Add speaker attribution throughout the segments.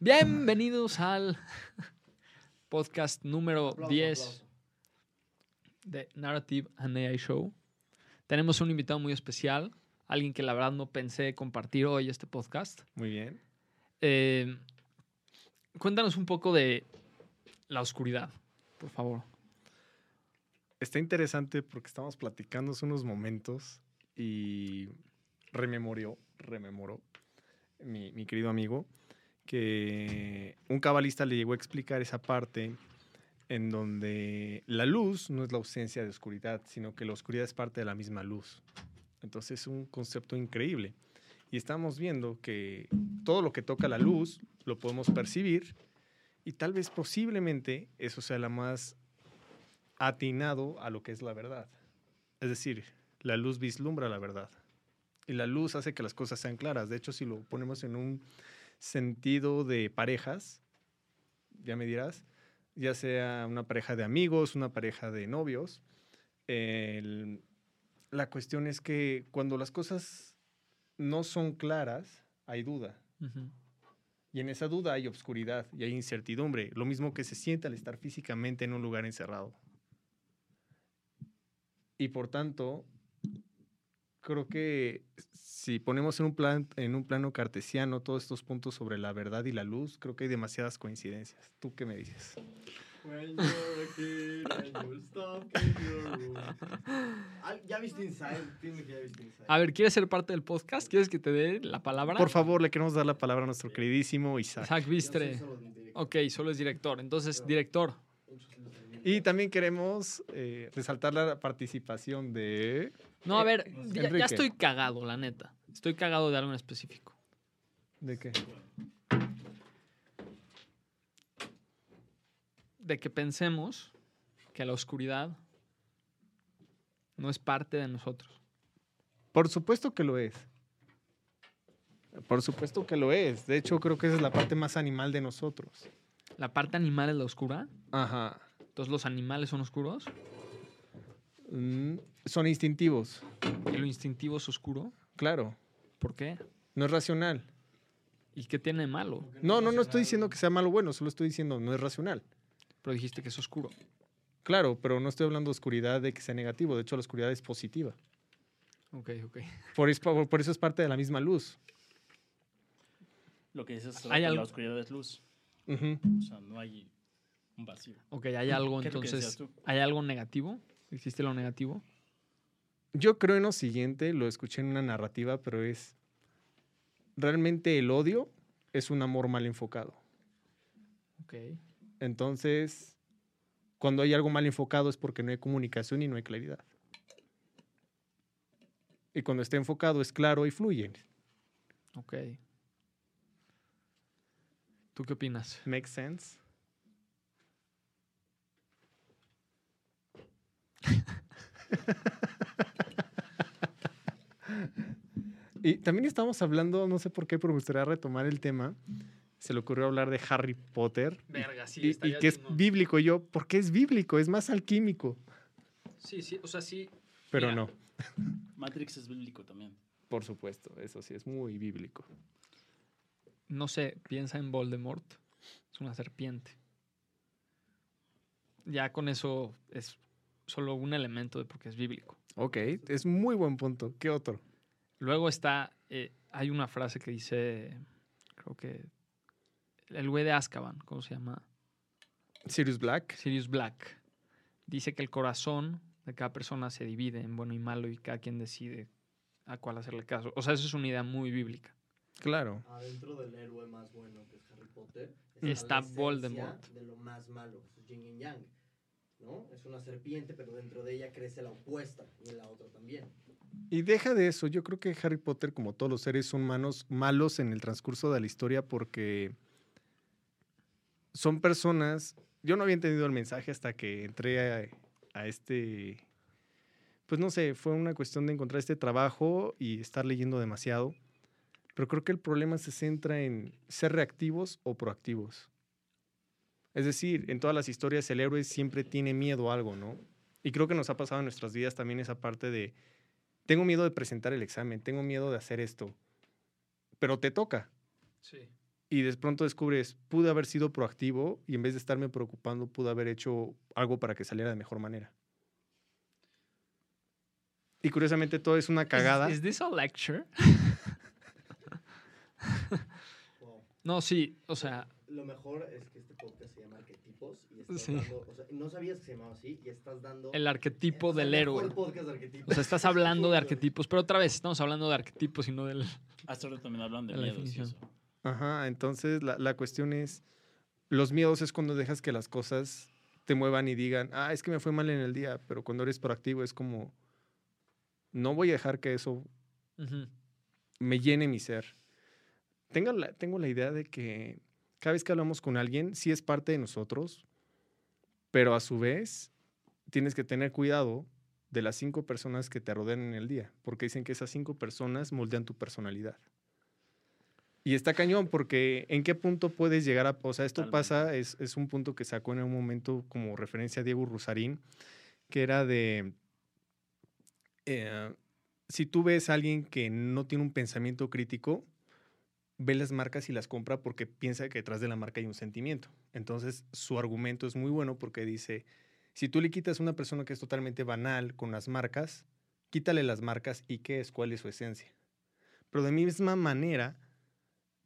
Speaker 1: Bienvenidos al podcast número 10 de Narrative and AI Show. Tenemos un invitado muy especial, alguien que la verdad no pensé compartir hoy este podcast.
Speaker 2: Muy bien.
Speaker 1: Eh, cuéntanos un poco de la oscuridad, por favor.
Speaker 2: Está interesante porque estamos platicando hace unos momentos y rememoró, rememoró mi, mi querido amigo que un cabalista le llegó a explicar esa parte en donde la luz no es la ausencia de oscuridad, sino que la oscuridad es parte de la misma luz. Entonces es un concepto increíble. Y estamos viendo que todo lo que toca la luz lo podemos percibir y tal vez posiblemente eso sea la más atinado a lo que es la verdad. Es decir, la luz vislumbra la verdad. Y la luz hace que las cosas sean claras. De hecho, si lo ponemos en un sentido de parejas, ya me dirás, ya sea una pareja de amigos, una pareja de novios, el- la cuestión es que cuando las cosas no son claras, hay duda.
Speaker 1: Ujú.
Speaker 2: Y en esa duda hay obscuridad y hay incertidumbre, lo mismo que se siente al estar físicamente en un lugar encerrado. Y por tanto, creo que si ponemos en un, plan, en un plano cartesiano todos estos puntos sobre la verdad y la luz, creo que hay demasiadas coincidencias. ¿Tú qué me dices?
Speaker 3: When you're a kid and you're stuck in your room. Al- Ya viste Inside, dime que ya viste Inside.
Speaker 1: A ver, ¿quieres ser parte del podcast? ¿Quieres que te dé la palabra?
Speaker 2: Por favor, le queremos dar la palabra a nuestro queridísimo Isaac.
Speaker 1: Zach
Speaker 3: Yo soy
Speaker 1: Bistre.
Speaker 3: solo un director.
Speaker 1: Ok, solo es director. Entonces, director.
Speaker 2: Y también queremos eh, resaltar la participación de...
Speaker 1: No, a ver,
Speaker 3: no sé.
Speaker 1: ya- ya,
Speaker 2: Enrique.
Speaker 1: estoy cagado, la neta. Estoy cagado de algo en específico.
Speaker 2: ¿De qué?
Speaker 1: De que pensemos que la oscuridad no es parte de nosotros.
Speaker 2: Por supuesto que lo es. Por supuesto que lo es. De hecho, creo que esa es la parte más animal de nosotros.
Speaker 1: La parte animal es la oscura.
Speaker 2: Ajá.
Speaker 1: Entonces, los animales son oscuros
Speaker 2: Mm, son instintivos,
Speaker 1: y lo instintivo es oscuro.
Speaker 2: claro.
Speaker 1: ¿Por qué?
Speaker 2: No es racional.
Speaker 1: ¿Y qué tiene de malo?
Speaker 2: No, no, no estoy diciendo que sea malo o bueno, solo estoy diciendo no es racional.
Speaker 1: Pero dijiste que es oscuro.
Speaker 2: Claro, pero no estoy hablando de oscuridad de que sea negativo. De hecho, la oscuridad es positiva.
Speaker 1: Ok, ok.
Speaker 2: Por, es- por- por eso es parte de la misma luz.
Speaker 4: Lo que dices es
Speaker 1: Hay
Speaker 4: que
Speaker 1: algo-
Speaker 4: la oscuridad es luz.
Speaker 2: Ujú.
Speaker 4: O sea, no hay un vacío.
Speaker 1: Ok, hay algo
Speaker 4: ¿Qué es lo que
Speaker 1: entonces.
Speaker 4: decías tú?
Speaker 1: ¿Hay algo negativo? ¿Existe lo negativo?
Speaker 2: Yo creo en lo siguiente, lo escuché en una narrativa, pero es... Realmente el odio es un amor mal enfocado.
Speaker 1: Ok.
Speaker 2: Entonces, cuando hay algo mal enfocado es porque no hay comunicación y no hay claridad. Y cuando está enfocado es claro y fluye.
Speaker 1: Ok. ¿Tú qué opinas?
Speaker 2: Makes sense. y también estamos hablando, no sé por qué, pero me gustaría retomar el tema. Se le ocurrió hablar de Harry Potter. y-
Speaker 1: Verga,
Speaker 2: y- y, que es bíblico. Y yo, ¿por qué es bíblico? Es más alquímico.
Speaker 1: Sí, sí, o sea, sí.
Speaker 2: Pero
Speaker 1: Mira.
Speaker 2: no.
Speaker 4: Matrix es bíblico también.
Speaker 2: Por supuesto, eso sí, es muy bíblico.
Speaker 1: No sé, piensa en Voldemort. Es una serpiente. Ya con eso es solo un elemento de porque es bíblico.
Speaker 2: Ok, es muy buen punto. ¿Qué otro?
Speaker 1: Luego está, eh, hay una frase que dice, creo que el güey de Azkaban, ¿cómo se llama?
Speaker 2: Sirius Black.
Speaker 1: Sirius Black. Dice que el corazón de cada persona se divide en bueno y malo y cada quien decide a cuál hacerle caso. O sea, eso es una idea muy bíblica.
Speaker 2: Claro.
Speaker 3: Adentro del héroe más bueno que es Harry Potter
Speaker 1: Está
Speaker 3: la esencia
Speaker 1: Voldemort.
Speaker 3: De lo más malo, que es Yin y Yang. ¿No? Es una serpiente, pero dentro de ella crece la opuesta y en la otra también.
Speaker 2: Y deja de eso. Yo creo que Harry Potter, como todos los seres humanos, malos en el transcurso de la historia porque son personas... Yo no había entendido el mensaje hasta que entré a, a este... Pues no sé, fue una cuestión de encontrar este trabajo y estar leyendo demasiado. Pero creo que el problema se centra en ser reactivos o proactivos. Es decir, en todas las historias el héroe siempre tiene miedo a algo, ¿no? Y creo que nos ha pasado en nuestras vidas también esa parte de, tengo miedo de presentar el examen, tengo miedo de hacer esto, pero te toca.
Speaker 1: Sí.
Speaker 2: y de pronto descubres, pude haber sido proactivo y en vez de estarme preocupando, pude haber hecho algo para que saliera de mejor manera. Y curiosamente todo es una cagada.
Speaker 1: Is, is this a lecture?
Speaker 3: Wow.
Speaker 1: No, sí, o sea,
Speaker 3: Lo mejor es que este podcast se llama Arquetipos y estás
Speaker 1: Sí.
Speaker 3: dando, o sea, no sabías que se llamaba así y estás dando
Speaker 1: el arquetipo
Speaker 3: es el
Speaker 1: del
Speaker 3: mejor
Speaker 1: héroe.
Speaker 3: podcast de
Speaker 1: O
Speaker 3: arquetipos.
Speaker 1: sea, estás hablando de
Speaker 3: Puta.
Speaker 1: arquetipos, pero otra vez estamos hablando de arquetipos y no del...
Speaker 4: Hasta ahora también hablan de
Speaker 1: La
Speaker 4: miedos y
Speaker 1: definición.
Speaker 4: eso.
Speaker 2: Ajá, entonces la, la cuestión es, los miedos es cuando dejas que las cosas te muevan y digan, ah, es que me fue mal en el día, pero cuando eres proactivo es como, no voy a dejar que eso
Speaker 1: Ujú.
Speaker 2: me llene mi ser. Tengo la, tengo la idea de que cada vez que hablamos con alguien, sí es parte de nosotros, pero a su vez tienes que tener cuidado de las cinco personas que te rodean en el día, porque dicen que esas cinco personas moldean tu personalidad. Y está cañón, porque en qué punto puedes llegar a... O sea, esto
Speaker 4: Totalmente.
Speaker 2: pasa, es, es un punto que sacó en un momento como referencia a Diego Rusarín, que era de... eh, si tú ves a alguien que no tiene un pensamiento crítico, ve las marcas y las compra porque piensa que detrás de la marca hay un sentimiento. Entonces, su argumento es muy bueno porque dice, si tú le quitas a una persona que es totalmente banal con las marcas, quítale las marcas y qué es, cuál es su esencia. Pero de misma manera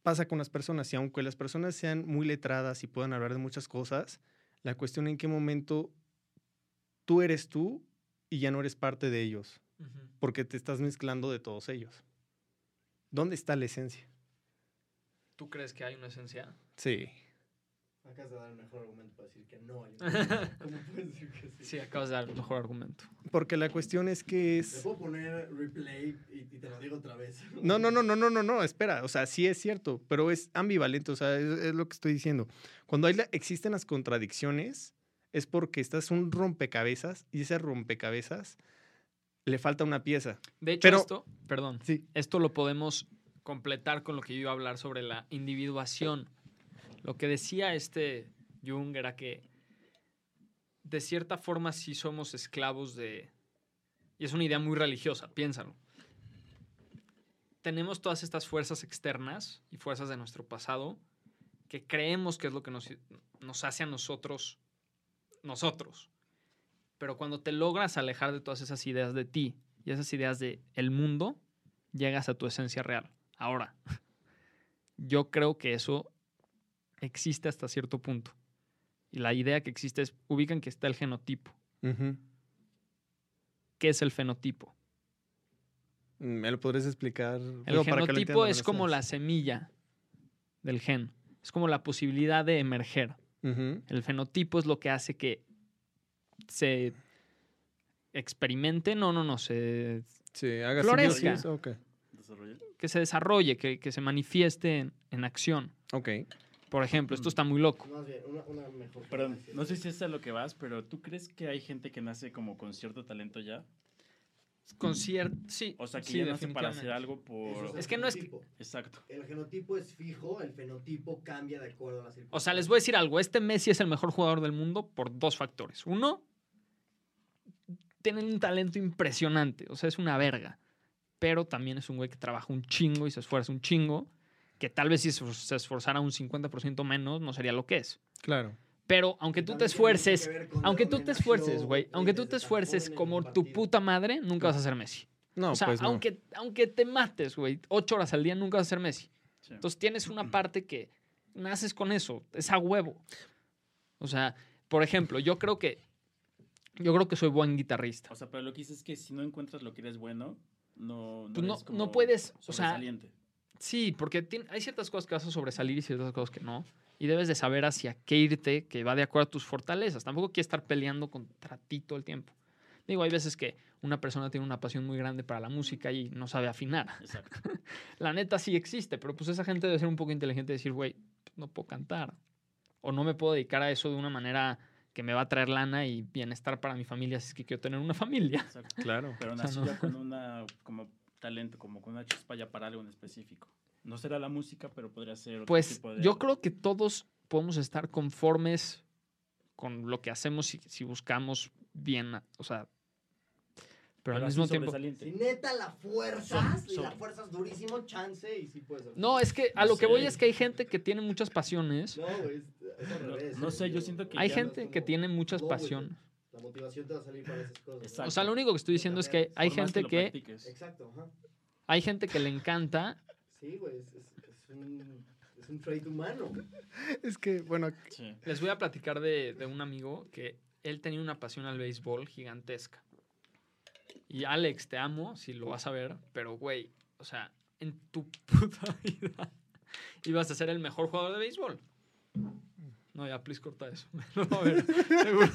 Speaker 2: pasa con las personas y aunque las personas sean muy letradas y puedan hablar de muchas cosas, la cuestión en qué momento tú eres tú y ya no eres parte de ellos porque te estás mezclando de todos ellos. ¿Dónde está la esencia?
Speaker 1: ¿Tú crees que hay una esencia?
Speaker 2: Sí.
Speaker 3: Acabas de dar el mejor argumento para decir que no hay un- ¿Cómo puedes decir que sí?
Speaker 1: Sí, acabas de dar el mejor argumento.
Speaker 2: Porque la cuestión es que
Speaker 3: Te
Speaker 2: es...
Speaker 3: puedo poner replay y, y te lo digo otra vez.
Speaker 2: No, no, no, no, no, no, no, espera. O sea, sí es cierto, pero es ambivalente. O sea, es, es lo que estoy diciendo. Cuando hay la- existen las contradicciones, es porque estás un rompecabezas y ese rompecabezas le falta una pieza.
Speaker 1: De hecho,
Speaker 2: Pero-
Speaker 1: esto, perdón,
Speaker 2: Sí.
Speaker 1: esto lo podemos completar con lo que yo iba a hablar sobre la individuación. Lo que decía este Jung era que de cierta forma sí somos esclavos de... Y es una idea muy religiosa, piénsalo. Tenemos todas estas fuerzas externas y fuerzas de nuestro pasado que creemos que es lo que nos, nos hace a nosotros nosotros. Pero cuando te logras alejar de todas esas ideas de ti y esas ideas de el mundo, llegas a tu esencia real. Ahora, yo creo que eso existe hasta cierto punto. Y la idea que existe es, ubican que está el genotipo. ¿Qué es el fenotipo?
Speaker 2: ¿Me lo podrías explicar?
Speaker 1: El
Speaker 2: Digo, para que lo
Speaker 1: genotipo
Speaker 2: entiendan
Speaker 1: es
Speaker 2: las
Speaker 1: como la
Speaker 2: personas.
Speaker 1: semilla del gen. Es como la posibilidad de emerger.
Speaker 2: Ujú.
Speaker 1: El fenotipo es lo que hace que se experimente, no, no, no, se
Speaker 2: Sí, haga
Speaker 1: Florezca.
Speaker 2: simbiosis, Ok.
Speaker 4: Desarrollo.
Speaker 1: que se desarrolle, que, que se manifieste en, en acción.
Speaker 2: Ok.
Speaker 1: Por ejemplo,
Speaker 2: Mm.
Speaker 1: esto está muy loco.
Speaker 3: Más bien, una, una mejor. forma de
Speaker 4: Perdón,
Speaker 3: decirlo.
Speaker 4: no sé si es a lo que vas, pero ¿tú crees que hay gente que nace como con cierto talento ya?
Speaker 1: Con cier- sí.
Speaker 4: O sea, que
Speaker 1: sí,
Speaker 4: ya nace para hacer
Speaker 1: definitivamente.
Speaker 4: algo
Speaker 3: Eso
Speaker 4: por...
Speaker 1: Es que no es que-
Speaker 3: genotipo.
Speaker 4: Exacto.
Speaker 3: El genotipo es fijo, el fenotipo cambia de acuerdo a las circunstancias.
Speaker 1: O sea, les voy a decir algo. Este Messi es el mejor jugador del mundo por dos factores. Uno, tiene un talento impresionante. O sea, es una verga. Pero también es un güey que trabaja un chingo y se esfuerza un chingo. Que tal vez si se se esforzara un 50% menos, no sería lo que es.
Speaker 2: Claro.
Speaker 1: Pero aunque tú te
Speaker 3: También tiene mucho que
Speaker 1: esfuerces,
Speaker 3: ver con
Speaker 1: aunque
Speaker 3: dónde
Speaker 1: tú te
Speaker 3: nació,
Speaker 1: esfuerces, güey,
Speaker 3: güey,
Speaker 1: aunque tú
Speaker 3: desde
Speaker 1: te
Speaker 3: tan
Speaker 1: esfuerces
Speaker 3: joven en
Speaker 1: como
Speaker 3: un
Speaker 1: tu
Speaker 3: partido.
Speaker 1: puta madre, nunca vas a ser Messi.
Speaker 2: No,
Speaker 1: o sea,
Speaker 2: pues no.
Speaker 1: aunque, aunque te mates, güey, ocho horas al día nunca vas a ser Messi.
Speaker 4: Sí.
Speaker 1: Entonces tienes una parte que naces con eso, es a huevo. O sea, por ejemplo, yo creo que yo creo que soy buen guitarrista.
Speaker 4: O sea, pero lo que dices es que si no encuentras lo que eres bueno, no...
Speaker 1: Pues no-
Speaker 4: eres
Speaker 1: no
Speaker 4: como
Speaker 1: puedes, o sea,
Speaker 4: sobresaliente.
Speaker 1: Sí, porque tien- hay ciertas cosas que vas a sobresalir y ciertas cosas que no. Y debes de saber hacia qué irte, que va de acuerdo a tus fortalezas. Tampoco quieres estar peleando contra ti todo el tiempo. Digo, hay veces que una persona tiene una pasión muy grande para la música y no sabe afinar.
Speaker 4: Exacto.
Speaker 1: La neta sí existe, pero pues esa gente debe ser un poco inteligente y decir, güey, pues, no puedo cantar. O no me puedo dedicar a eso de una manera que me va a traer lana y bienestar para mi familia si es que quiero tener una familia.
Speaker 4: exacto.
Speaker 2: Claro.
Speaker 4: Pero
Speaker 1: O sea,
Speaker 4: nací
Speaker 1: no.
Speaker 4: ya con una como talento, como con una chispa ya para algo en específico. No será la música, pero podría ser otro
Speaker 1: Pues
Speaker 4: tipo de
Speaker 1: yo
Speaker 4: algo.
Speaker 1: creo que todos podemos estar conformes con lo que hacemos si, si buscamos bien, o sea, Pero al
Speaker 4: así
Speaker 1: mismo tiempo...
Speaker 4: sobresaliente.
Speaker 3: Si neta la fuerzas,
Speaker 4: Son- son-
Speaker 3: y la fuerzas durísimo, chance y sí puedes. hacer.
Speaker 1: No, es que a
Speaker 4: No
Speaker 1: lo que voy
Speaker 4: sé.
Speaker 1: es que hay gente que tiene muchas pasiones.
Speaker 3: No, güey, es, es al
Speaker 4: No-
Speaker 3: revés.
Speaker 4: no
Speaker 3: eh,
Speaker 4: sé, yo siento que
Speaker 1: hay
Speaker 4: ya no
Speaker 1: gente que tiene muchas
Speaker 3: No, güey,
Speaker 1: pasiones.
Speaker 3: La motivación te va a salir para esas cosas. ¿no?
Speaker 4: Exacto.
Speaker 1: O sea, lo único que estoy diciendo es que hay
Speaker 4: Por más
Speaker 1: gente
Speaker 4: lo
Speaker 1: que
Speaker 4: practiques.
Speaker 3: Exacto, ajá.
Speaker 1: hay gente que le encanta.
Speaker 3: Sí, güey, es, es, es un, es un trait humano.
Speaker 2: Es que, bueno,
Speaker 4: Sí.
Speaker 1: Les voy a platicar de, de un amigo que él tenía una pasión al béisbol gigantesca. Y Alex, te amo si lo vas a ver, pero güey, o sea, en tu puta vida ibas a ser el mejor jugador de béisbol. No, ya, please corta eso. Lo va a ver. Seguro,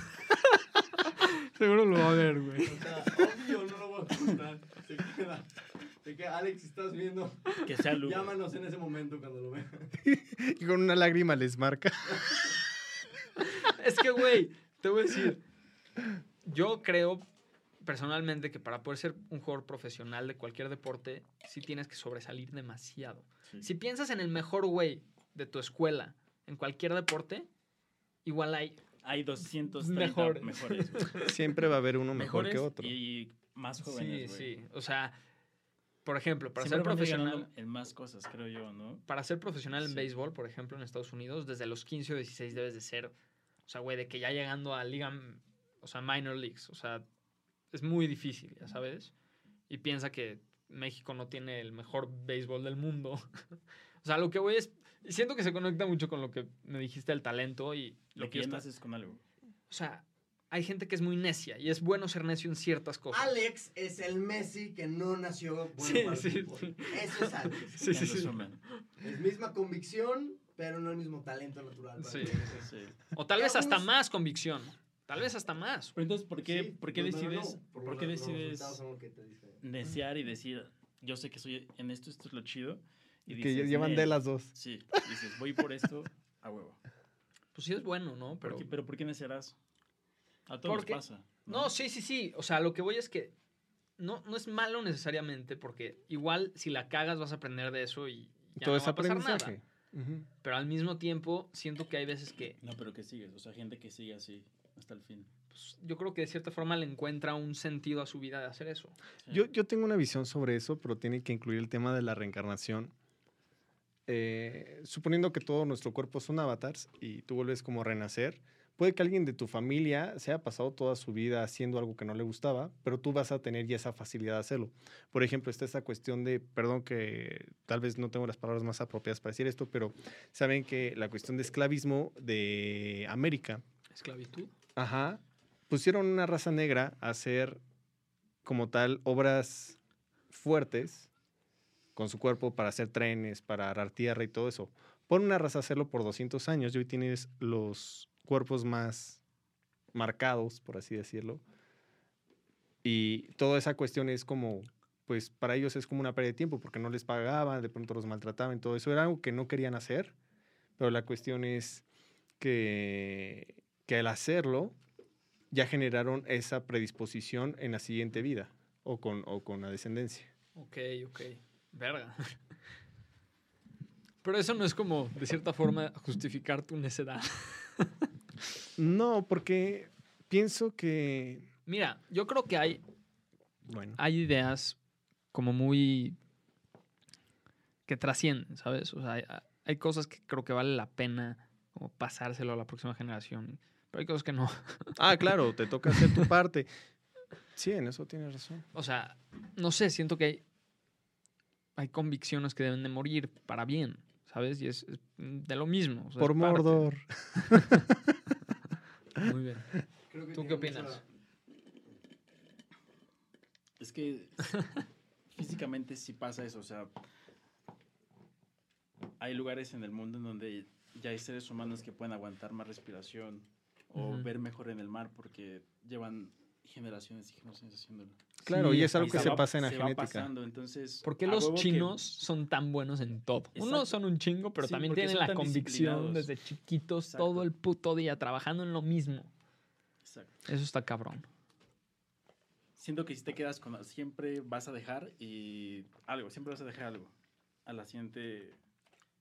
Speaker 1: Seguro lo va a ver, güey.
Speaker 3: O sea, obvio, no lo voy a contar. Se queda. Se queda. Alex, si estás viendo,
Speaker 4: Que sea Lugo.
Speaker 3: llámanos en ese momento cuando lo veas.
Speaker 2: y con una lágrima les marca.
Speaker 1: Es que, güey, te voy a decir. Yo creo personalmente que para poder ser un jugador profesional de cualquier deporte, sí tienes que sobresalir demasiado.
Speaker 4: Sí.
Speaker 1: Si piensas en el mejor güey de tu escuela en cualquier deporte, igual hay.
Speaker 4: Hay 230
Speaker 1: Mejores.
Speaker 4: mejores, mejores, güey.
Speaker 2: Siempre va a haber uno mejor que
Speaker 4: Mejores
Speaker 2: otro.
Speaker 4: Y más
Speaker 1: Sí,
Speaker 4: jóvenes, güey.
Speaker 1: sí. O sea, por ejemplo, para ser
Speaker 4: Siempre van a ir
Speaker 1: profesional.
Speaker 4: ganando En más cosas, creo yo, ¿no?
Speaker 1: Para ser profesional en
Speaker 4: Sí.
Speaker 1: béisbol, por ejemplo, en Estados Unidos, desde los 15 o 16 debes de ser, o sea, güey, de que ya llegando a liga, m- o sea, minor leagues, o sea, es muy difícil, ya sabes. Y piensa que México no tiene el mejor béisbol del mundo. o sea, lo que voy es, y siento que se conecta mucho con lo que me dijiste del talento y
Speaker 4: Lo que
Speaker 1: yo
Speaker 4: llenas
Speaker 1: estaba-
Speaker 4: es con algo.
Speaker 1: O sea, hay gente que es muy necia y es bueno ser necio en ciertas cosas.
Speaker 3: Alex es el Messi que no nació bueno
Speaker 1: Sí,
Speaker 3: para el
Speaker 1: sí,
Speaker 3: fútbol.
Speaker 1: sí.
Speaker 3: Eso es Alex.
Speaker 1: Sí,
Speaker 4: en
Speaker 1: sí, sí.
Speaker 4: resumen.
Speaker 3: Es misma convicción, pero no el mismo talento natural. para
Speaker 1: Sí.
Speaker 3: el fútbol.
Speaker 4: Sí.
Speaker 1: O tal vez hasta
Speaker 3: Digamos-
Speaker 1: más convicción. Tal vez hasta más.
Speaker 4: Pero entonces, ¿por qué,
Speaker 3: Sí,
Speaker 4: ¿por qué
Speaker 3: no, no, no,
Speaker 4: decides,
Speaker 3: no,
Speaker 4: por
Speaker 3: los-
Speaker 4: qué
Speaker 3: los
Speaker 4: decides
Speaker 3: resultados son lo que te dicen.
Speaker 4: desear y decir, yo sé que soy en esto, esto es lo chido? Y
Speaker 2: que
Speaker 4: dices,
Speaker 2: llevan de
Speaker 4: "Nel".
Speaker 2: las dos.
Speaker 4: Sí, dices, voy por esto a huevo.
Speaker 1: Pues sí es bueno, ¿no?
Speaker 4: Pero,
Speaker 1: Pero...
Speaker 4: ¿Por qué, pero ¿por qué desearás? A todos
Speaker 1: Porque-
Speaker 4: nos pasa.
Speaker 1: No, sí, sí, sí. O sea, lo que voy es que no, no es malo necesariamente, porque igual si la cagas vas a aprender de eso y ya
Speaker 2: Todo
Speaker 1: no
Speaker 2: es
Speaker 1: va a pasar
Speaker 2: aprendizaje.
Speaker 1: nada.
Speaker 2: Ujú.
Speaker 1: Pero al mismo tiempo siento que hay veces que
Speaker 4: No, pero que sigues. O sea, gente que sigue así hasta el fin.
Speaker 1: pues, yo creo que de cierta forma le encuentra un sentido a su vida de hacer eso.
Speaker 4: Sí.
Speaker 2: Yo, yo tengo una visión sobre eso, pero tiene que incluir el tema de la reencarnación. Eh, suponiendo que todo nuestro cuerpo son avatars y tú vuelves como a renacer, puede que alguien de tu familia se haya pasado toda su vida haciendo algo que no le gustaba, pero tú vas a tener ya esa facilidad de hacerlo. Por ejemplo, está esa cuestión de, perdón que tal vez no tengo las palabras más apropiadas para decir esto, pero saben que la cuestión de esclavismo de América,
Speaker 1: Esclavitud.
Speaker 2: Ajá. Pusieron una raza negra a hacer como tal obras fuertes con su cuerpo para hacer trenes, para arar tierra y todo eso. Pon una raza a hacerlo por 200 años y hoy tienes los cuerpos más marcados, por así decirlo. Y toda esa cuestión es como, pues para ellos es como una pérdida de tiempo porque no les pagaban, de pronto los maltrataban y todo eso. Era algo que no querían hacer, pero la cuestión es que, que al hacerlo ya generaron esa predisposición en la siguiente vida o con, o con la descendencia.
Speaker 1: Ok, ok. Verga. Pero eso no es como, de cierta forma, justificar tu necedad.
Speaker 2: No, porque pienso que...
Speaker 1: Mira, yo creo que hay
Speaker 2: Bueno,
Speaker 1: hay ideas como muy que trascienden, ¿sabes? O sea, hay, hay cosas que creo que vale la pena como pasárselo a la próxima generación, pero hay cosas que no.
Speaker 2: ah, claro, te toca hacer tu parte. Sí, en eso tienes razón.
Speaker 1: O sea, no sé, siento que hay, hay convicciones que deben de morir para bien, ¿sabes? Y es, es de lo mismo. o sea,
Speaker 2: Por
Speaker 1: es parte.
Speaker 2: Mordor.
Speaker 1: Muy bien.
Speaker 3: Creo
Speaker 1: ¿Tú
Speaker 3: que tiene
Speaker 1: qué
Speaker 3: mucho
Speaker 1: opinas?
Speaker 4: Es que físicamente sí pasa eso, o sea, hay lugares en el mundo en donde ya hay seres humanos que pueden aguantar más respiración o
Speaker 1: Ujú.
Speaker 4: ver mejor en el mar porque llevan generaciones y generaciones haciéndolo.
Speaker 2: Claro,
Speaker 1: Sí,
Speaker 2: y es algo
Speaker 1: y
Speaker 2: que
Speaker 1: se
Speaker 2: se,
Speaker 1: va-
Speaker 2: pasa en la
Speaker 4: se va
Speaker 2: genética.
Speaker 4: pasando, entonces,
Speaker 1: ¿Por qué
Speaker 4: a
Speaker 1: los
Speaker 4: huevo que-
Speaker 1: chinos son tan buenos en todo?
Speaker 4: Exacto.
Speaker 1: Unos son un chingo, pero
Speaker 4: Sí,
Speaker 1: también
Speaker 4: porque
Speaker 1: tienen
Speaker 4: son
Speaker 1: la
Speaker 4: tan
Speaker 1: convicción
Speaker 4: disciplinados.
Speaker 1: desde chiquitos
Speaker 4: Exacto.
Speaker 1: todo el puto día trabajando en lo mismo.
Speaker 4: Exacto.
Speaker 1: Eso está cabrón.
Speaker 4: Siento que si te quedas con siempre vas a dejar y algo, siempre vas a dejar algo a la siguiente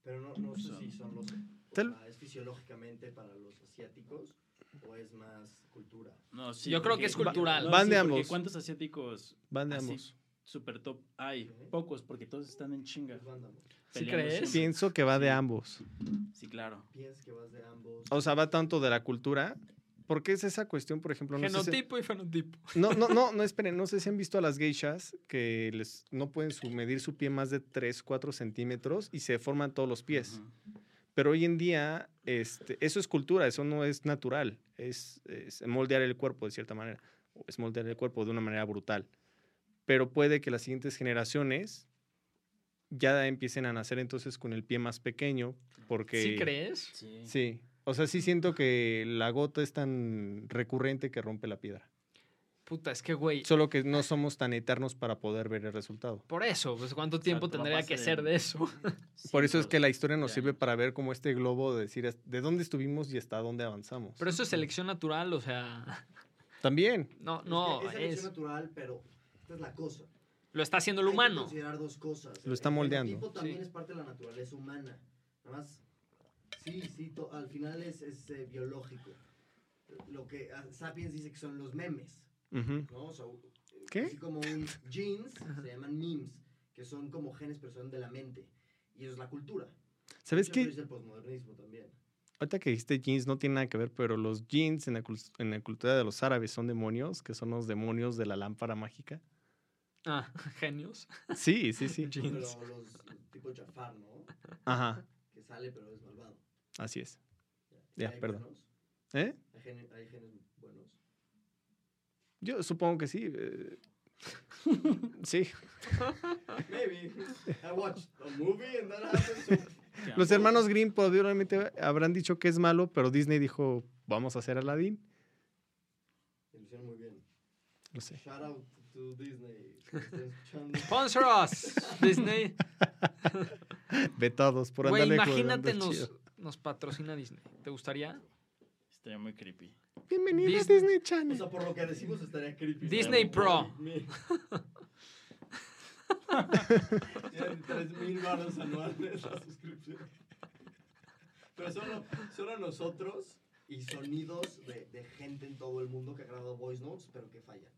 Speaker 3: Pero no, no sé si son los. ah, o
Speaker 2: Tal-
Speaker 3: sea, es fisiológicamente para los asiáticos. ¿O es más cultura?
Speaker 4: No, sí,
Speaker 1: Yo creo
Speaker 4: porque-
Speaker 1: que es cultural.
Speaker 2: Van de
Speaker 4: porque
Speaker 2: ambos.
Speaker 4: ¿Cuántos asiáticos
Speaker 2: Van de
Speaker 4: Así.
Speaker 2: ambos.
Speaker 4: super top hay?
Speaker 3: Ujú.
Speaker 4: Pocos, porque todos están en chinga.
Speaker 3: Los vándamos.
Speaker 1: ¿Sí
Speaker 4: peleando
Speaker 1: crees?
Speaker 4: siempre.
Speaker 2: Pienso que va de ambos.
Speaker 4: Sí, claro.
Speaker 3: Piensas que vas de ambos.
Speaker 2: O sea, va tanto de la cultura. Porque es esa cuestión, por ejemplo, no sé si-
Speaker 1: Genotipo y fenotipo.
Speaker 2: No, no, no, no, esperen, no sé si han visto a las geishas que les, no pueden su- medir su pie más de 3, 4 centímetros y se forman todos los pies.
Speaker 4: Ujú.
Speaker 2: Pero hoy en día este, eso es cultura, eso no es natural, es, es moldear el cuerpo de cierta manera, o es moldear el cuerpo de una manera brutal. Pero puede que las siguientes generaciones ya empiecen a nacer entonces con el pie más pequeño, porque...
Speaker 1: ¿Sí crees?
Speaker 4: Sí.
Speaker 2: Sí, o sea, sí siento que la gota es tan recurrente que rompe la piedra.
Speaker 1: Puta, es que, güey,
Speaker 2: Solo que no somos tan eternos para poder ver el resultado.
Speaker 1: por eso, pues ¿cuánto tiempo
Speaker 4: te va a
Speaker 1: tendría
Speaker 4: pasar
Speaker 1: que
Speaker 4: en-
Speaker 1: ser de eso?
Speaker 4: Sí,
Speaker 2: Por eso es
Speaker 4: claro.
Speaker 2: que la historia nos
Speaker 4: Ya.
Speaker 2: sirve para ver como este globo de decir as- de dónde estuvimos y hasta dónde avanzamos.
Speaker 1: Pero eso es selección natural, o sea,
Speaker 2: También.
Speaker 1: no,
Speaker 3: Es
Speaker 1: no,
Speaker 3: que es,
Speaker 1: es,
Speaker 3: selección natural, pero esta es la cosa.
Speaker 1: lo está haciendo el
Speaker 3: Hay que
Speaker 1: humano.
Speaker 3: considerar dos cosas.
Speaker 2: Lo está
Speaker 3: El
Speaker 2: moldeando.
Speaker 3: fenotipo también
Speaker 1: Sí.
Speaker 3: es parte de la naturaleza humana. Nada más, sí, sí, to- al final es, es, eh, biológico. Lo que ah, Sapiens dice que son los memes,
Speaker 2: Ujú.
Speaker 3: ¿no? O sea, u-
Speaker 2: ¿Qué?
Speaker 3: Así como un jeans, se llaman memes, que son como genes, pero son de la mente. Y eso es la cultura.
Speaker 2: ¿Sabes
Speaker 3: Mucho
Speaker 2: qué?
Speaker 3: lo dice el posmodernismo también.
Speaker 2: Ahorita que dijiste jeans no tiene nada que ver, pero los jeans en la, cul- en la cultura de los árabes son demonios, que son los demonios de la lámpara mágica.
Speaker 1: Ah, genios.
Speaker 2: Sí, sí, sí.
Speaker 3: Pero
Speaker 1: Jeans.
Speaker 3: los tipo Jafar, ¿no?
Speaker 2: Ajá,
Speaker 3: Que sale, pero es malvado.
Speaker 2: así es.
Speaker 3: ¿Y
Speaker 2: Ya,
Speaker 3: hay
Speaker 2: perdón.
Speaker 3: buenos?
Speaker 2: ¿Eh?
Speaker 3: ¿Hay gene- hay genes buenos.
Speaker 2: Yo supongo que sí. eh. sí.
Speaker 3: Maybe. I watched a movie and that happened. So
Speaker 4: Ya.
Speaker 2: Los hermanos Green probablemente habrán dicho que es malo, pero Disney dijo, vamos a hacer Aladdin.
Speaker 3: Lo hicieron muy bien.
Speaker 2: No sé.
Speaker 3: Shout out to Disney. que está escuchando.
Speaker 1: Sponsor us, Disney.
Speaker 2: Vetados por
Speaker 1: Güey,
Speaker 2: andarle
Speaker 1: imagínate,
Speaker 2: jugando
Speaker 1: nos,
Speaker 2: chido.
Speaker 1: nos patrocina Disney. ¿Te gustaría?
Speaker 4: Estaría muy creepy.
Speaker 2: Bienvenido
Speaker 1: Disney.
Speaker 2: a Disney
Speaker 3: O
Speaker 2: Channel.
Speaker 3: sea, por lo que decimos estaría creepy.
Speaker 1: Disney Pro.
Speaker 3: Me- Tienen 3000 baros anuales la suscripción. Pero solo, solo nosotros y sonidos de, de gente en todo el mundo que ha grabado voice notes, pero que fallan.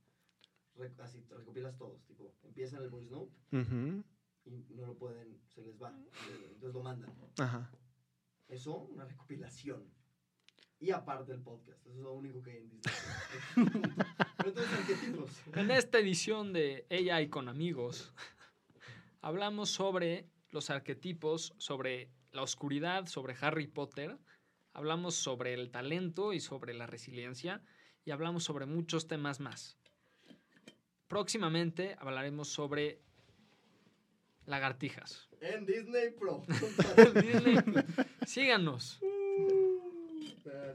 Speaker 3: Rec- así, te recopilas todos. Tipo, empiezan el voice note
Speaker 2: Ujú,
Speaker 3: y no lo pueden, se les va. Entonces lo mandan.
Speaker 2: Ajá.
Speaker 3: Eso, una recopilación. Y aparte el podcast. Eso es lo único que hay en Disney. Pero entonces, arquetipos.
Speaker 1: En esta edición de Ella y con amigos, hablamos sobre los arquetipos, sobre la oscuridad, sobre Harry Potter, hablamos sobre el talento y sobre la resiliencia y hablamos sobre muchos temas más. Próximamente hablaremos sobre lagartijas.
Speaker 3: En Disney Pro.
Speaker 1: Disney, síganos.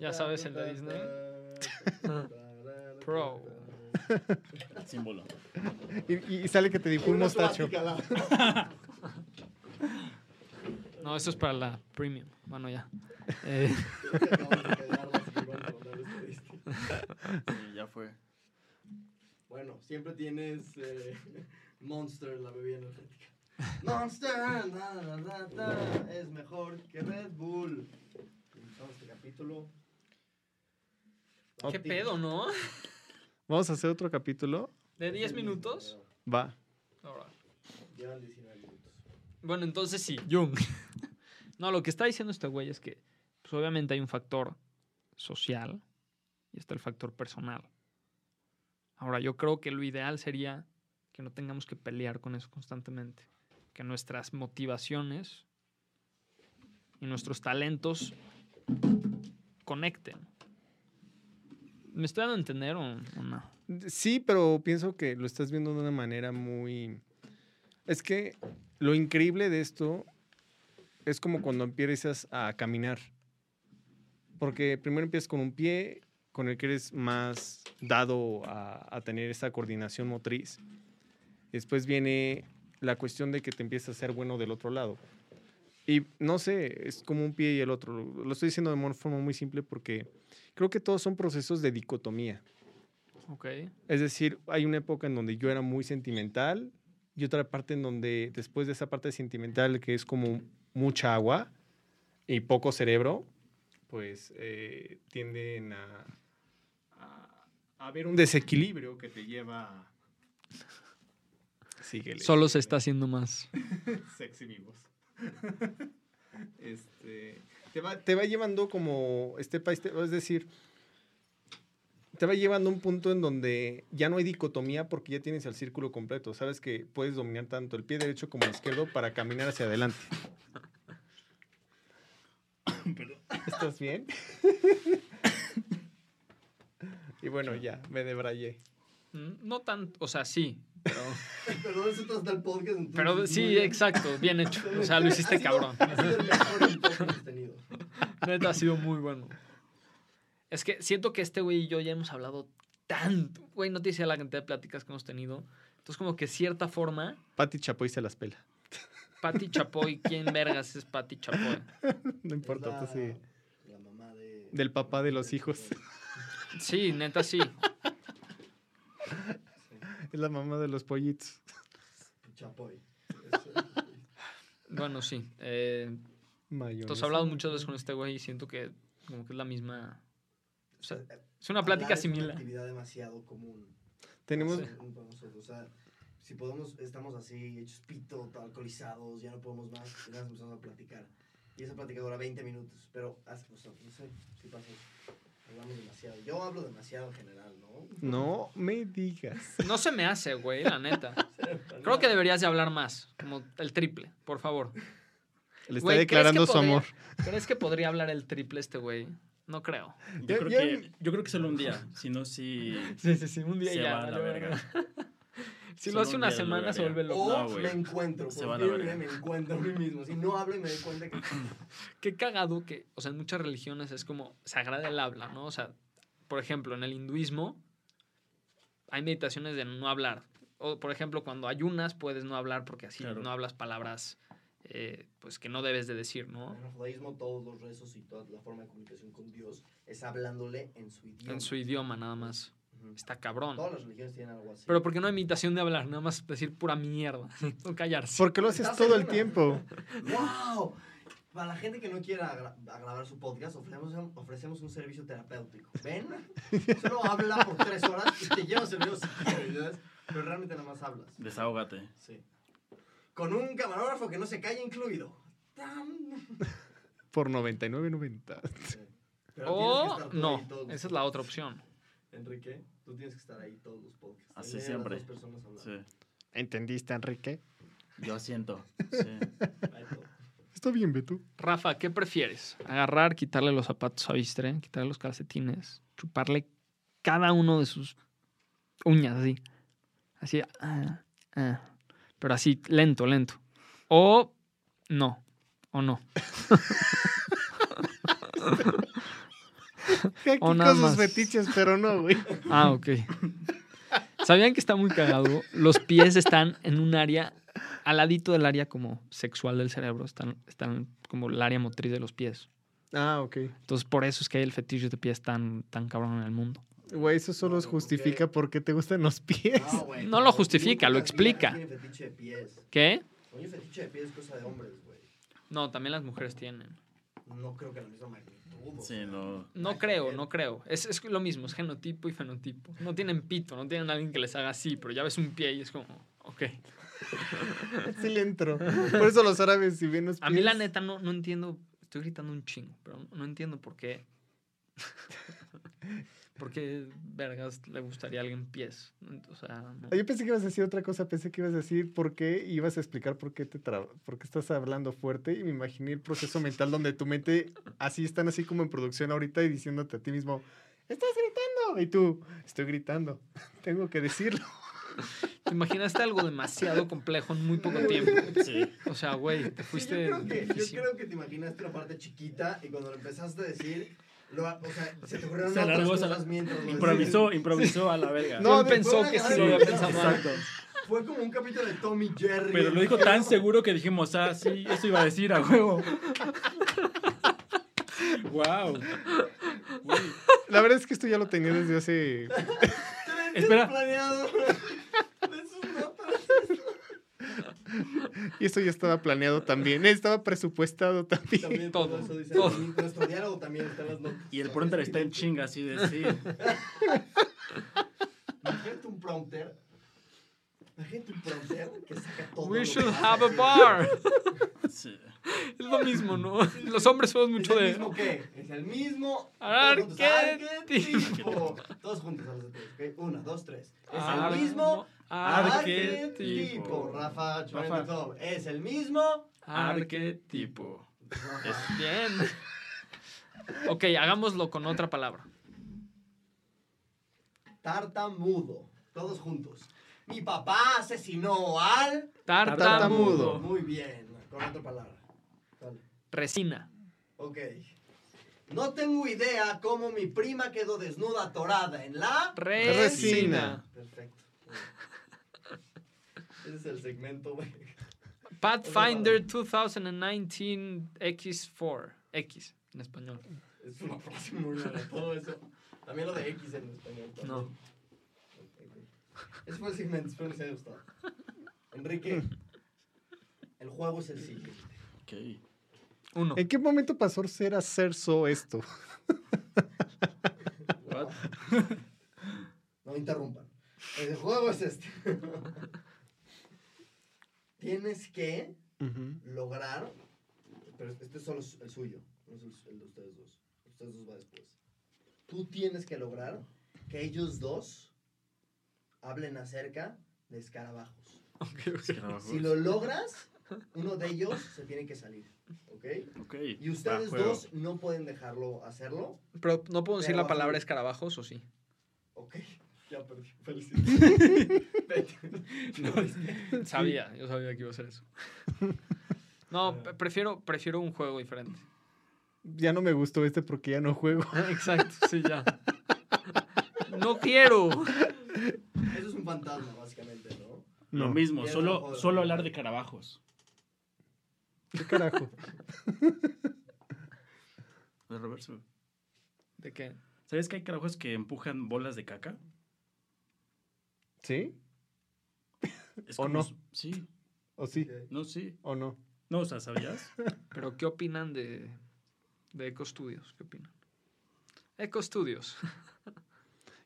Speaker 1: Ya sabes, el de Disney. Pro.
Speaker 4: Símbolo.
Speaker 2: Y, y sale que te dijo un
Speaker 3: Una
Speaker 2: mostacho.
Speaker 3: plática, la-
Speaker 1: No, eso es para la premium. Bueno, ya. Eh,
Speaker 3: Creo que acabamos de cagarlas y van a mandar estadísticas.
Speaker 4: Sí, ya fue.
Speaker 3: Bueno, siempre tienes eh, Monster, la bebida energética. Monster, na, na, na, na, es mejor que Red Bull. Comenzamos este capítulo.
Speaker 1: ¿Qué pedo, no?
Speaker 2: Vamos a hacer otro capítulo.
Speaker 1: ¿De 10 minutos?
Speaker 2: Va.
Speaker 1: Ahora.
Speaker 3: Llevan 19 minutos.
Speaker 1: Bueno, entonces sí, Jung. No, lo que está diciendo este güey es que pues, obviamente hay un factor social y está el factor personal. Ahora, yo creo que lo ideal sería que no tengamos que pelear con eso constantemente. Que nuestras motivaciones y nuestros talentos conecten. ¿Me estoy dando a entender o, o no?
Speaker 2: Sí, pero pienso que lo estás viendo de una manera muy... Es que lo increíble de esto es como cuando empiezas a caminar. Porque primero empiezas con un pie con el que eres más dado a, a tener esa coordinación motriz. Después viene la cuestión de que te empiezas a ser bueno del otro lado. Y no sé, es como un pie y el otro. Lo lo estoy diciendo de una forma muy simple porque creo que todos son procesos de dicotomía.
Speaker 1: Ok.
Speaker 2: Es decir, hay una época en donde yo era muy sentimental y otra parte en donde después de esa parte sentimental que es como mucha agua y poco cerebro, pues eh, tienden a, a- a haber un desequilibrio que te lleva a... Síguele,
Speaker 1: Solo se
Speaker 2: síguele.
Speaker 1: está haciendo más.
Speaker 2: Sexy mi voz. este, te, va, te va llevando como este país, es decir, te va llevando a un punto en donde ya no hay dicotomía porque ya tienes el círculo completo. Sabes que puedes dominar tanto el pie derecho como el izquierdo para caminar hacia adelante. ¿Estás bien? y bueno, ya, me debrayé.
Speaker 1: Mm, No tanto, o sea, sí. Pero,
Speaker 3: Perdón, eso está hasta el podcast. entonces,
Speaker 1: pero
Speaker 3: muy
Speaker 1: sí,
Speaker 3: bien.
Speaker 1: exacto, bien hecho. O sea, lo hiciste
Speaker 3: Ha sido-
Speaker 1: cabrón.
Speaker 3: Ha sido el mejor en todo que has tenido.
Speaker 1: Neta, ha sido muy bueno. Es que siento que este güey y yo ya hemos hablado tanto. Güey, no te hice la cantidad de pláticas que hemos tenido. Entonces, como que cierta forma,
Speaker 2: Pati Chapoy se las pela.
Speaker 1: Pati Chapoy, ¿quién vergas es Pati Chapoy?
Speaker 2: No importa, tú
Speaker 3: Es
Speaker 2: sí.
Speaker 3: La mamá de...
Speaker 2: Del papá de los hijos.
Speaker 1: Sí, neta, sí.
Speaker 2: Es la mamá de los pollitos.
Speaker 3: Chapoy. eh,
Speaker 1: Bueno, sí. Eh,
Speaker 2: Mayonesa.
Speaker 1: entonces, he hablado muchas veces con este güey y siento que como que es la misma... O sea,
Speaker 3: Hablar
Speaker 1: es una plática
Speaker 3: es una
Speaker 1: similar.
Speaker 3: actividad demasiado común.
Speaker 2: Tenemos,
Speaker 3: para ser- para nosotros, O sea, si podemos, estamos así, hechos pito, alcoholizados, ya no podemos más, y nada, empezamos a platicar. Y esa plática dura 20 minutos, pero, as- o sea, no sé, si pasa. eso. Hablamos demasiado. Yo hablo demasiado en general, ¿no?
Speaker 2: No me digas.
Speaker 1: No se me hace, güey, la neta. Creo que deberías de hablar más, como el triple, por favor.
Speaker 2: Le
Speaker 1: Güey,
Speaker 2: está
Speaker 1: ¿crees que
Speaker 2: declarando su
Speaker 1: podría-
Speaker 2: amor.
Speaker 1: ¿Crees que podría hablar el triple este güey? No creo.
Speaker 2: Ya-
Speaker 4: Yo, creo
Speaker 2: ya-
Speaker 4: que, yo creo que solo un día, si no, si
Speaker 1: Sí, sí, sí, un
Speaker 4: se va a la verga.
Speaker 1: Si lo
Speaker 4: Solo
Speaker 1: hace
Speaker 4: un
Speaker 1: una
Speaker 4: día lo
Speaker 1: semana se
Speaker 4: lograría.
Speaker 1: vuelve loco.
Speaker 3: O
Speaker 4: No, güey.
Speaker 3: me encuentro,
Speaker 4: Se
Speaker 3: por
Speaker 4: va a la
Speaker 3: fin,
Speaker 4: verga.
Speaker 3: me encuentro a mí mismo. Si no hablo y me doy cuenta que
Speaker 1: Qué cagado que, o sea, en muchas religiones es como sagrada el habla, ¿no? O sea, por ejemplo, en el hinduismo hay meditaciones de no hablar. O, por ejemplo, cuando ayunas puedes no hablar porque así
Speaker 4: Claro.
Speaker 1: no hablas palabras eh, pues que no debes de decir, ¿no?
Speaker 3: en el judaísmo todos los rezos y toda la forma de comunicación con Dios es hablándole en su idioma.
Speaker 1: En su idioma nada más.
Speaker 3: Ujú.
Speaker 1: Está cabrón.
Speaker 3: Todas las religiones tienen algo así.
Speaker 1: Pero porque no hay meditación de hablar, nada más decir pura mierda, no callarse.
Speaker 2: Porque lo haces
Speaker 3: ¿Estás
Speaker 2: todo el
Speaker 3: segura?
Speaker 2: tiempo.
Speaker 3: ¡Wow! Para la gente que no quiera gra- a grabar su podcast, ofrecemos, un- ofrecemos un servicio terapéutico. ¿Ven? Solo habla por tres horas y te llevas el video si quieres, ¿sabes? pero realmente nada más hablas.
Speaker 4: desahógate.
Speaker 3: Sí. Con un camarógrafo que no se calla incluido. ¡Tam!
Speaker 2: Por 99.90.
Speaker 3: Sí. Pero tienes que
Speaker 1: O
Speaker 3: estar tú
Speaker 1: no,
Speaker 3: ahí todos
Speaker 1: esa
Speaker 3: los
Speaker 1: es la
Speaker 3: podcasts.
Speaker 1: otra opción.
Speaker 3: Enrique, tú tienes que estar ahí todos los podcasts.
Speaker 4: Así
Speaker 3: Ahí hay
Speaker 4: siempre.
Speaker 3: Las dos personas hablando.
Speaker 4: Sí.
Speaker 2: ¿Entendiste, Enrique?
Speaker 4: Yo siento. Sí.
Speaker 3: Ahí todo.
Speaker 2: Está bien, Beto.
Speaker 1: Rafa, ¿qué prefieres? ¿Agarrar, quitarle los zapatos a Bistre, quitarle los calcetines, chuparle cada uno de sus uñas así? Así, ah, ah, pero así, lento, lento. O no, o no.
Speaker 2: Aquí
Speaker 1: O
Speaker 2: con
Speaker 1: nada
Speaker 2: sus
Speaker 1: más.
Speaker 2: fetiches, pero no, güey.
Speaker 1: Ah, ok. ¿Sabían que está muy cagado? Los pies están en un área, al ladito del área como sexual del cerebro, están, están como el área motriz de los pies.
Speaker 2: Ah, ok.
Speaker 1: Entonces, por eso es que hay el fetiche de pies tan, tan cabrón en el mundo.
Speaker 2: Güey, eso solo
Speaker 1: Ah,
Speaker 3: No,
Speaker 2: justifica
Speaker 3: ok.
Speaker 2: por qué te gustan los pies.
Speaker 3: No, güey,
Speaker 1: No lo
Speaker 3: pero
Speaker 1: justifica, lo
Speaker 3: nunca
Speaker 1: explica.
Speaker 3: Tiene fetiche de pies.
Speaker 1: ¿Qué?
Speaker 3: Oye, fetiche de pies es cosa de hombres, güey.
Speaker 1: No, también las mujeres tienen.
Speaker 3: No creo que a la misma magnitud. o
Speaker 4: Sí,
Speaker 3: sea.
Speaker 4: no.
Speaker 1: No
Speaker 3: Ay,
Speaker 1: creo,
Speaker 3: joder.
Speaker 1: no creo. Es, es lo mismo, es genotipo y fenotipo. No tienen pito, no tienen alguien que les haga así, pero ya ves un pie y es como, ok.
Speaker 2: Sí le entro. Por eso los árabes, si ven los pies...
Speaker 1: A mí la neta no, no entiendo, estoy gritando un chingo, pero no entiendo por qué. ¿Por qué vergas le gustaría a alguien pies? O sea, no.
Speaker 2: Ah, Yo pensé que ibas a decir otra cosa, pensé que ibas a decir por qué y ibas a explicar por qué te tra- por qué estás hablando fuerte y me imaginé el proceso mental donde tu mente así están así como en producción ahorita y diciéndote a ti mismo, "Estás gritando." Y tú, "Estoy gritando. Tengo que decirlo."
Speaker 1: te imaginaste algo demasiado complejo en muy poco tiempo.
Speaker 4: Sí.
Speaker 1: O sea, güey, te
Speaker 3: Sí,
Speaker 1: fuiste
Speaker 3: yo, creo que, yo
Speaker 1: difícil.
Speaker 3: creo que te imaginaste una parte chiquita y cuando lo empezaste a decir, lo- o sea, se te ocurrieron
Speaker 4: Se
Speaker 3: otras
Speaker 4: alargó, se
Speaker 3: cosas
Speaker 4: alar-
Speaker 3: mientras lo
Speaker 4: Improvisó, improvisó a la verga.
Speaker 2: No,
Speaker 1: Él
Speaker 2: de-
Speaker 1: pensó
Speaker 3: fue
Speaker 1: que
Speaker 3: una
Speaker 1: sí
Speaker 3: gran
Speaker 1: lo había
Speaker 3: idea.
Speaker 1: pensado mal.
Speaker 4: Exacto.
Speaker 3: decías. Fue como un capítulo de Tommy Jerry.
Speaker 4: Pero lo dijo tan seguro que dijimos, ah, sí, eso iba a decir a huevo. wow.
Speaker 2: La verdad es que esto ya lo tenía desde hace
Speaker 3: Tres días
Speaker 4: Espera.
Speaker 3: planeado. De sus notas.
Speaker 2: Y eso ya estaba planeado también. eh, Estaba presupuestado también.
Speaker 3: También
Speaker 1: Todo,
Speaker 3: todo, eso dice.
Speaker 1: todo.
Speaker 3: y Nuestro diálogo también está en las notas.
Speaker 4: Y el pronter está en chinga, así de sí.
Speaker 3: Imagínate un prompter. Imagínate un prompter que saca todo. lo
Speaker 1: We
Speaker 3: que
Speaker 1: should
Speaker 3: pasa
Speaker 1: have a
Speaker 3: así.
Speaker 1: bar.
Speaker 4: sí.
Speaker 1: Es lo mismo, ¿no? Los hombres somos mucho
Speaker 3: ¿Es el
Speaker 1: de.
Speaker 3: mismo qué? Es el mismo
Speaker 1: Arquetipo.
Speaker 3: arquetipo. Todos juntos a los tres. ¿ok? Una, dos, tres. Es
Speaker 1: Ar-
Speaker 3: el mismo
Speaker 1: Arquetipo.
Speaker 3: arquetipo. Rafa, join
Speaker 4: Rafa.
Speaker 3: the club. Es el mismo. Pues
Speaker 1: Arquetipo.
Speaker 3: Rafa.
Speaker 1: Es bien. Ok, hagámoslo con otra palabra.
Speaker 3: Tartamudo. Todos juntos. Mi papá asesinó al.
Speaker 1: Tartamudo.
Speaker 3: Muy bien. Con otra palabra. Dale.
Speaker 1: Resina.
Speaker 3: Ok. No tengo idea cómo mi prima quedó desnuda atorada en la.
Speaker 1: Resina.
Speaker 2: Resina.
Speaker 3: Perfecto. Ese es el segmento, güey.
Speaker 1: Pathfinder 2019 X4. X en español.
Speaker 3: Es una frase muy larga, todo eso. También lo de X en español. también.
Speaker 1: No.
Speaker 3: Ese fue el segmento, espero que les haya gustado. Enrique, el juego es el siguiente.
Speaker 4: Ok.
Speaker 1: Uno.
Speaker 2: ¿En qué momento pasó a ser a Cerso esto?
Speaker 4: What?
Speaker 3: No interrumpan. El juego es este. Tienes que lograr, pero este solo es el suyo, no es el, el de ustedes dos. Ustedes dos va después. Tú tienes que lograr que ellos dos hablen acerca de escarabajos. Si lo logras, uno de ellos se tiene que salir, ¿ok?
Speaker 4: Ok.
Speaker 3: Y ustedes
Speaker 4: Va, juego.
Speaker 3: dos no pueden dejarlo hacerlo,
Speaker 1: Pero no puedo decir la
Speaker 3: Pero-
Speaker 1: palabra escarabajos o sí.
Speaker 3: ¿ok? Ya perdí, felicidades. Vete.
Speaker 1: Sabía, yo sabía que iba a ser eso. No, pre- prefiero, prefiero un juego diferente.
Speaker 2: Ya no me gustó este porque ya no juego.
Speaker 1: Exacto, sí, ya. No quiero.
Speaker 3: Eso es un fantasma, básicamente, ¿no?
Speaker 4: Lo
Speaker 2: No.
Speaker 4: mismo,
Speaker 3: Mierda, no
Speaker 4: solo,
Speaker 3: puedo.
Speaker 4: solo hablar de carabajos.
Speaker 2: ¿Qué carajo?
Speaker 4: De reverso.
Speaker 1: ¿De qué?
Speaker 4: ¿Sabes que hay carabajos que empujan bolas de caca?
Speaker 2: ¿Sí?
Speaker 4: Es
Speaker 2: ¿O
Speaker 4: como
Speaker 2: no?
Speaker 4: s- Sí,
Speaker 2: ¿O sí?
Speaker 3: Ok.
Speaker 4: no, sí.
Speaker 2: ¿O no?
Speaker 4: No, o sea, ¿sabías?
Speaker 1: Pero ¿qué opinan de, de Eco Studios? ¿Qué opinan? Eco Studios.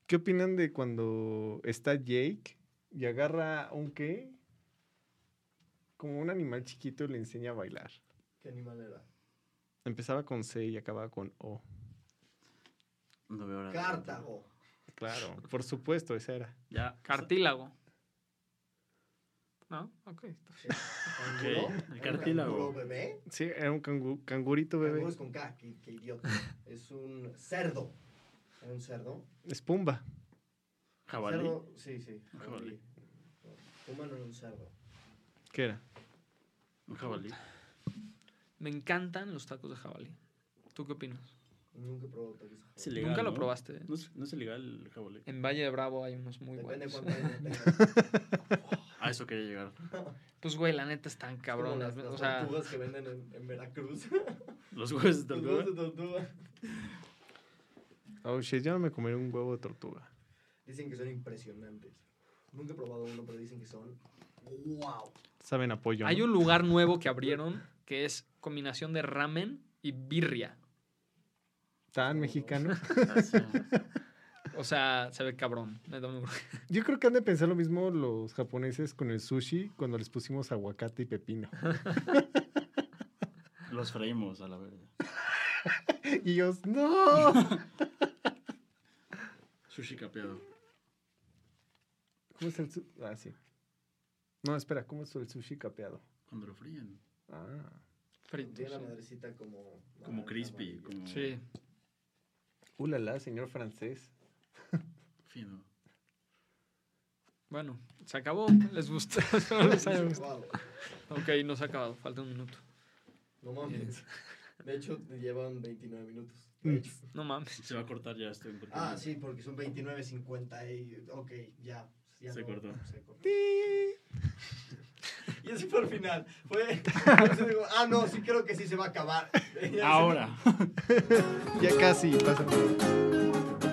Speaker 2: ¿Qué opinan de cuando está Jake y agarra un qué? Como un animal chiquito y le enseña a bailar.
Speaker 3: ¿Qué animal era?
Speaker 2: Empezaba con C y acababa con O.
Speaker 4: No veo ahora.
Speaker 3: Cartago.
Speaker 2: Claro, por supuesto, esa era.
Speaker 4: Ya.
Speaker 1: Cartílago. ¿No? Ok.
Speaker 3: ¿Canguro?
Speaker 4: Ok, el
Speaker 3: ¿Era un
Speaker 4: cartílago.
Speaker 3: canguro bebé?
Speaker 2: Sí, era un cangu- cangurito
Speaker 3: Canguro
Speaker 2: bebé.
Speaker 3: es con K, qué, qué idiota. Es un cerdo. ¿Era un cerdo?
Speaker 2: Es Pumba.
Speaker 4: Jabalí.
Speaker 3: Cerdo, sí, sí.
Speaker 4: Jabalí.
Speaker 3: Humano era un cerdo.
Speaker 2: ¿Qué era?
Speaker 4: Un jabalí.
Speaker 1: Me encantan los tacos de jabalí. ¿Tú qué opinas?
Speaker 3: Nunca he probado tacos de jabalí.
Speaker 4: Es ilegal,
Speaker 1: Nunca lo
Speaker 4: ¿no?
Speaker 1: probaste. ¿eh?
Speaker 4: No es, no es ilegal el jabalí.
Speaker 1: En Valle de Bravo hay unos muy
Speaker 3: Depende de
Speaker 1: buenos.
Speaker 3: cuánto años tengas.
Speaker 4: A Ah, eso quería llegar.
Speaker 1: Pues, güey, la neta están cabronas.
Speaker 3: Cabronas, las,
Speaker 1: O
Speaker 3: las
Speaker 1: sea,
Speaker 3: tortugas que venden en, en Veracruz.
Speaker 4: Los huevos de
Speaker 3: Los huevos
Speaker 4: tortuga.
Speaker 3: de tortuga.
Speaker 2: Oh, shit, yo no me comería un huevo de tortuga.
Speaker 3: Dicen que son impresionantes. Nunca he probado uno, pero dicen que son. ¡Wow!
Speaker 2: Saben apoyo.
Speaker 1: hay un lugar nuevo que abrieron que es combinación de ramen y birria.
Speaker 2: tan mexicano.
Speaker 4: Ah, sí.
Speaker 1: O sea, se ve cabrón. Neta, muy bueno.
Speaker 2: Yo creo que han de pensar lo mismo los japoneses con el sushi cuando les pusimos aguacate y pepino.
Speaker 4: Los freímos a la verga.
Speaker 2: Y ellos, ¡no!
Speaker 4: Sushi capeado.
Speaker 2: ¿Cómo es el sushi? Ah, sí. No, espera, ¿cómo es el sushi capeado?
Speaker 4: Cuando lo fríen.
Speaker 2: Ah.
Speaker 1: Frito,
Speaker 3: Tiene la
Speaker 1: sí.
Speaker 3: madrecita como.
Speaker 4: Como
Speaker 3: naranja,
Speaker 4: crispy.
Speaker 3: amarilla.
Speaker 4: Como
Speaker 1: Sí.
Speaker 2: Ulala, señor francés.
Speaker 4: fino.
Speaker 1: Bueno, se acabó. Les gustó. Espero
Speaker 3: No,
Speaker 1: les haya
Speaker 3: no,
Speaker 1: gustado.
Speaker 3: wow.
Speaker 1: Ok, no se ha acabado. Falta un minuto.
Speaker 3: No mames. De hecho, llevan 29 minutos. De
Speaker 2: Mm.
Speaker 3: hecho.
Speaker 1: No mames.
Speaker 4: Se va a cortar ya esto. porque-
Speaker 3: Ah, sí, porque son 29.50 y... Ok, ya. ya
Speaker 4: Se cortó.
Speaker 3: se cortó. Y ese fue el final. Fue... entonces digo, ah, no, sí creo que sí se va a acabar. Ya se-
Speaker 4: Ahora.
Speaker 2: Ya casi, pasa.